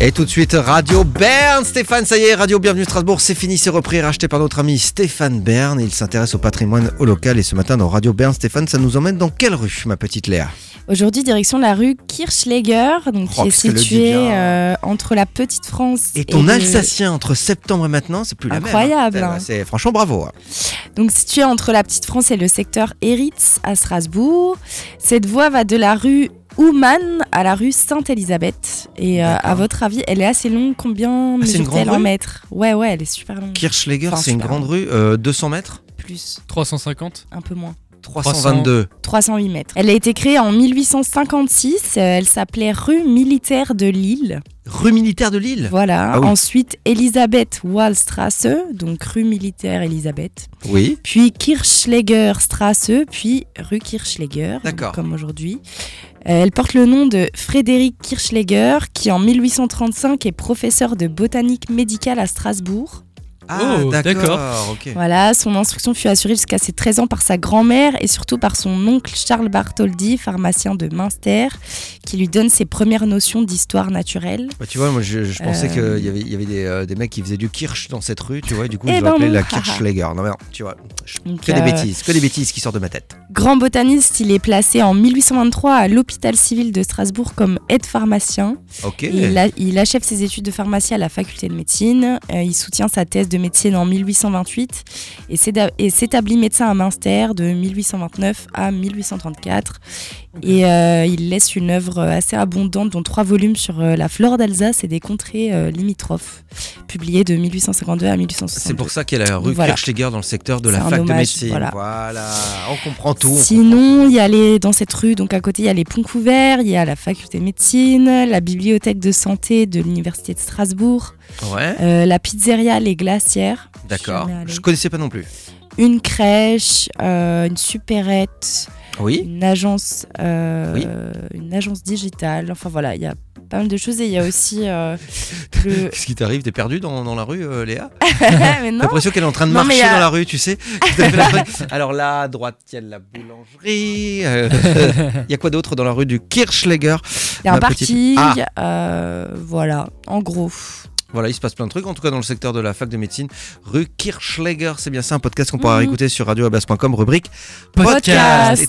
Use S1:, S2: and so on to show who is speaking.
S1: Et tout de suite, Radio Berne. Stéphane, ça y est, Radio Bienvenue Strasbourg, c'est fini, c'est repris, racheté par notre ami Stéphane Bern. Il s'intéresse au patrimoine au local et ce matin dans Radio Berne, Stéphane, ça nous emmène dans quelle rue, ma petite Léa
S2: Aujourd'hui, direction la rue Kirchleger, donc
S1: Oh,
S2: qui est
S1: putain, le dit
S2: située
S1: bien.
S2: euh, entre la Petite France
S1: Et ton
S2: le-
S1: Alsacien entre septembre et maintenant, c'est plus
S2: Incroyable,
S1: la même. hein.
S2: hein.
S1: C'est franchement bravo. hein.
S2: Donc située entre la Petite France et le secteur Eritz à Strasbourg. Cette voie va de la rue Ouman à la rue Sainte-Élisabeth. Et euh,
S1: D'accord.
S2: à votre avis, elle est assez longue, combien
S1: Ah, c'est une
S2: mesure-t-elle
S1: grande
S2: en
S1: rue
S2: mètres Ouais, ouais, elle est super longue.
S1: Kirchleger,
S2: Enfin,
S1: c'est une
S2: super.
S1: grande rue, euh, 200 mètres,
S2: Plus,
S3: 350
S2: un peu moins.
S1: 322.
S2: 308 mètres. Elle a été créée en 1856. euh, Elle s'appelait rue militaire de Lille.
S1: Rue militaire de Lille
S2: Voilà.
S1: Ah oui.
S2: Ensuite, Elisabeth Wallstrasse, donc rue militaire Elisabeth.
S1: Oui.
S2: puis Kirchleger Strasse, puis rue Kirchleger,
S1: D'accord.
S2: comme aujourd'hui. Euh, elle porte le nom de Frédéric Kirchleger, qui en 1835 est professeur de botanique médicale à Strasbourg.
S1: Ah,
S3: Oh,
S1: d'accord.
S3: d'accord.
S1: ok.
S2: Voilà, son instruction fut assurée jusqu'à ses 13 ans par sa grand-mère et surtout par son oncle Charles Bartholdi, pharmacien de Münster, qui lui donne ses premières notions d'histoire naturelle.
S1: Bah, tu vois, moi je, je pensais
S2: Euh.
S1: qu'il y avait, il y avait des, euh, des mecs qui faisaient du Kirsch dans cette rue, tu vois, et du coup
S2: Eh
S1: ils ont
S2: ben
S1: appelé
S2: non,
S1: la
S2: haha.
S1: Kirchleger. Non, mais non, tu vois, je-
S2: Donc,
S1: que des
S2: euh,
S1: bêtises, que des bêtises qui sortent de ma tête.
S2: Grand botaniste, il est placé en 1823 à l'hôpital civil de Strasbourg comme aide-pharmacien.
S1: Ok.
S2: Il, a- il achève ses études de pharmacie à la faculté de médecine. Euh, il soutient sa thèse de médecine en 1828 et s'éda- et s'établit médecin à Münster de 1829 à 1834. Et euh, il laisse une œuvre assez abondante, dont trois volumes sur euh, la flore d'Alsace et des contrées euh, limitrophes, publiés de 1852 à 1862.
S1: C'est pour ça qu'il y a la rue
S2: Voilà.
S1: Kirchleger dans le secteur de
S2: C'est
S1: la
S2: un
S1: fac de
S2: hommage,
S1: médecine. Voilà.
S2: voilà.
S1: on comprend tout. on
S2: Sinon, il y a les, dans cette rue, donc à côté, il y a les ponts couverts, il y a la faculté de médecine, la bibliothèque de santé de l'université de Strasbourg,
S1: comprend. Ouais,
S2: Euh, la pizzeria Les Glacières. Je suis
S1: d'accord.
S2: jamais allée.
S1: Je connaissais pas non plus.
S2: Une crèche, euh, une supérette,
S1: Oui.
S2: une agence, euh,
S1: Oui.
S2: une agence digitale. Enfin voilà, il y a pas mal de choses et il y a aussi euh, le.
S1: Qu'est-ce qui t'arrive T'es perdu dans, dans la rue, euh, Léa
S2: Mais
S1: T'as
S2: non.
S1: l'impression qu'elle est en train de
S2: Non, mais euh,
S1: marcher
S2: y a-
S1: dans la rue, tu sais T'as fait la rue. Alors là, à droite, il y a la boulangerie. euh, Il y a quoi d'autre dans la rue du Kirchleger
S2: Il y a un
S1: ma petite- Ah.
S2: parking. euh, voilà, en gros.
S1: Voilà, il se passe plein de trucs, en tout cas dans le secteur de la fac de médecine, rue Kirchleger. C'est bien ça, un podcast qu'on pourra
S2: Mhm.
S1: écouter sur radioabas.com, rubrique
S2: Podcast.
S1: Et